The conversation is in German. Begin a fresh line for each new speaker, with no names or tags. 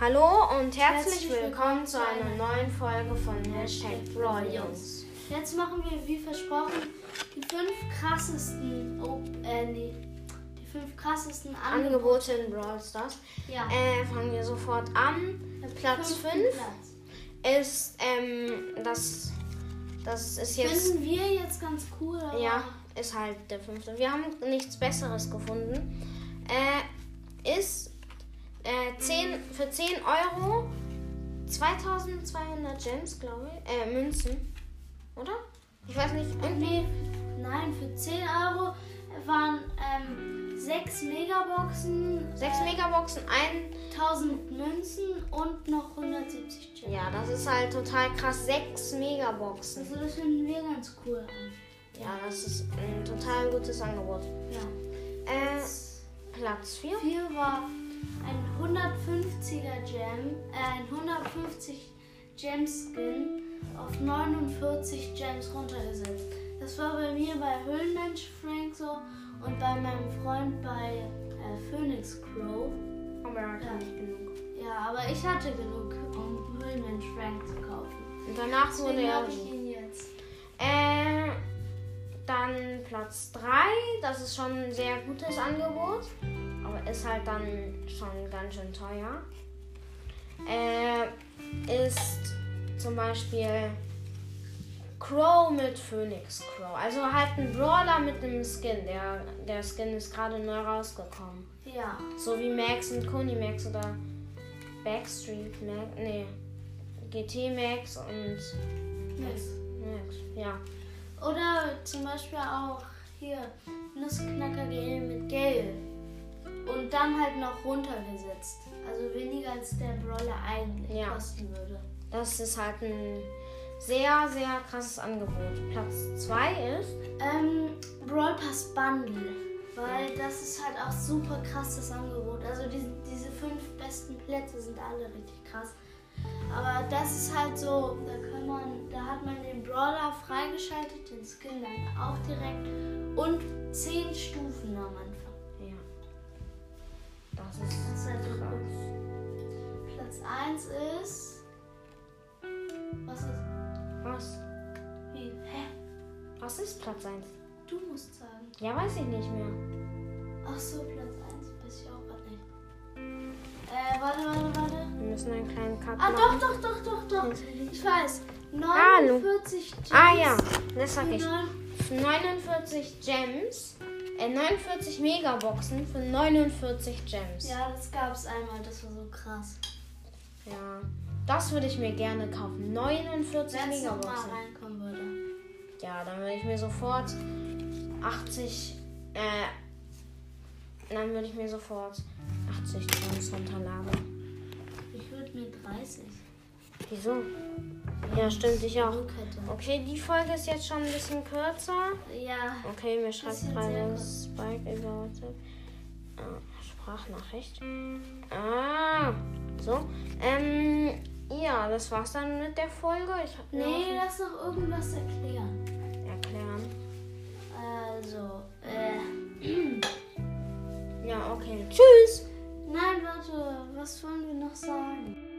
Hallo und herzlich,
Herzlich
willkommen
willkommen
zu einer neuen Folge von Hashtag Brawl Jungs.
Jetzt machen wir, wie versprochen, die fünf krassesten, oh, äh, nee, die fünf krassesten Angebote.
Angebote in Brawl Stars.
Ja.
Äh, fangen wir sofort an. Platz
Fünften
5
Platz.
ist, ähm, das, das ist jetzt,
Finden wir jetzt ganz cool. Aber
ja, ist halt der fünfte. Wir haben nichts Besseres gefunden. Äh, ist, äh, 10, für 10 Euro 2200 Gems, glaube ich, äh, Münzen, oder? Ich weiß nicht, irgendwie
Äh, Nein, für 10 Euro waren ähm, sechs Megaboxen,
Sechs Megaboxen, ein.
1000 Münzen und noch 170 Gems.
Ja, das ist halt total krass. Sechs Megaboxen.
Also das finden wir ganz cool an.
Ja, das ist ein total gutes Angebot.
Ja.
Äh, Platz 4.
Hier war ein 150er Gem, äh, ein 150 Gem Skin auf 49 Gems runtergesetzt. Das war bei mir bei Höhlenmensch Frank so und bei meinem Freund bei äh, Phoenix Crow.
Aber er hat
Ja.
nicht genug.
Ja, aber ich hatte genug, um Höhlenmensch Frank zu kaufen.
Und danach wurde
Deswegen
er.
habe ich ihn jetzt.
Äh, dann Platz 3. Das ist schon ein sehr gutes Angebot. Aber ist halt dann schon ganz schön teuer. Äh, ist zum Beispiel Crow mit Phoenix Crow. Also halt ein Brawler mit einem Skin. Der, der Skin ist gerade neu rausgekommen.
Ja,
So wie Max und Kuni Max oder Backstreet Max. Nee. GT Max und
nice.
Max. Ja.
Oder zum Beispiel auch hier Nussknacker Gel mit Gel. Und dann halt noch runtergesetzt. Also weniger als der Brawler eigentlich
Ja.
kosten würde.
Das ist halt ein sehr, sehr krasses Angebot. Platz 2 ist,
Ähm, Brawl Pass Bundle. Weil das ist halt auch super krasses Angebot. Also die, diese fünf besten Plätze sind alle richtig krass. Aber das ist halt so, da kann man, da hat man den Brawler freigeschaltet, den Skin dann auch direkt und zehn Stufen am Anfang.
ja, das ist
Das ist halt
krass.
cool. Platz 1 ist. Was ist.
Was?
Wie? Hä?
Was ist Platz 1?
Du musst sagen.
Ja, weiß ich nicht mehr.
Ach so, Platz 1. Weiß ich auch gerade nicht. Äh, warte, warte, warte.
Wir müssen einen kleinen Cut
Ah, doch,
machen.
doch, doch, doch, doch. Ich weiß.
Hallo.
49 Gems.
Ah ja, das sag
für
ich.
neun-
49 Gems, äh, 49 Megaboxen für 49 Gems.
Ja, das gab's einmal. Das war so krass.
Ja. Das würde ich mir gerne kaufen. 49
Wenn es nochmal
Megaboxen.
reinkommen würde.
Ja, dann würde ich mir sofort 80. Äh, dann würde ich mir sofort 80 Gems runterladen.
Ich würde mir 30.
Wieso? Ja, stimmt, ich auch.
Rückkette.
Okay, die Folge ist jetzt schon ein bisschen kürzer.
Ja.
Okay, mir schreibt
Bisschen
gerade
sehr
Spike über WhatsApp. Ah, Sprachnachricht. Ah, so. Ähm, ja, das war's dann mit der Folge. Ich hab mir
Nee,
noch
lass noch irgendwas erklären.
was erklären.
Also, äh.
Ja, okay. Tschüss!
Nein, warte, was wollen wir noch sagen?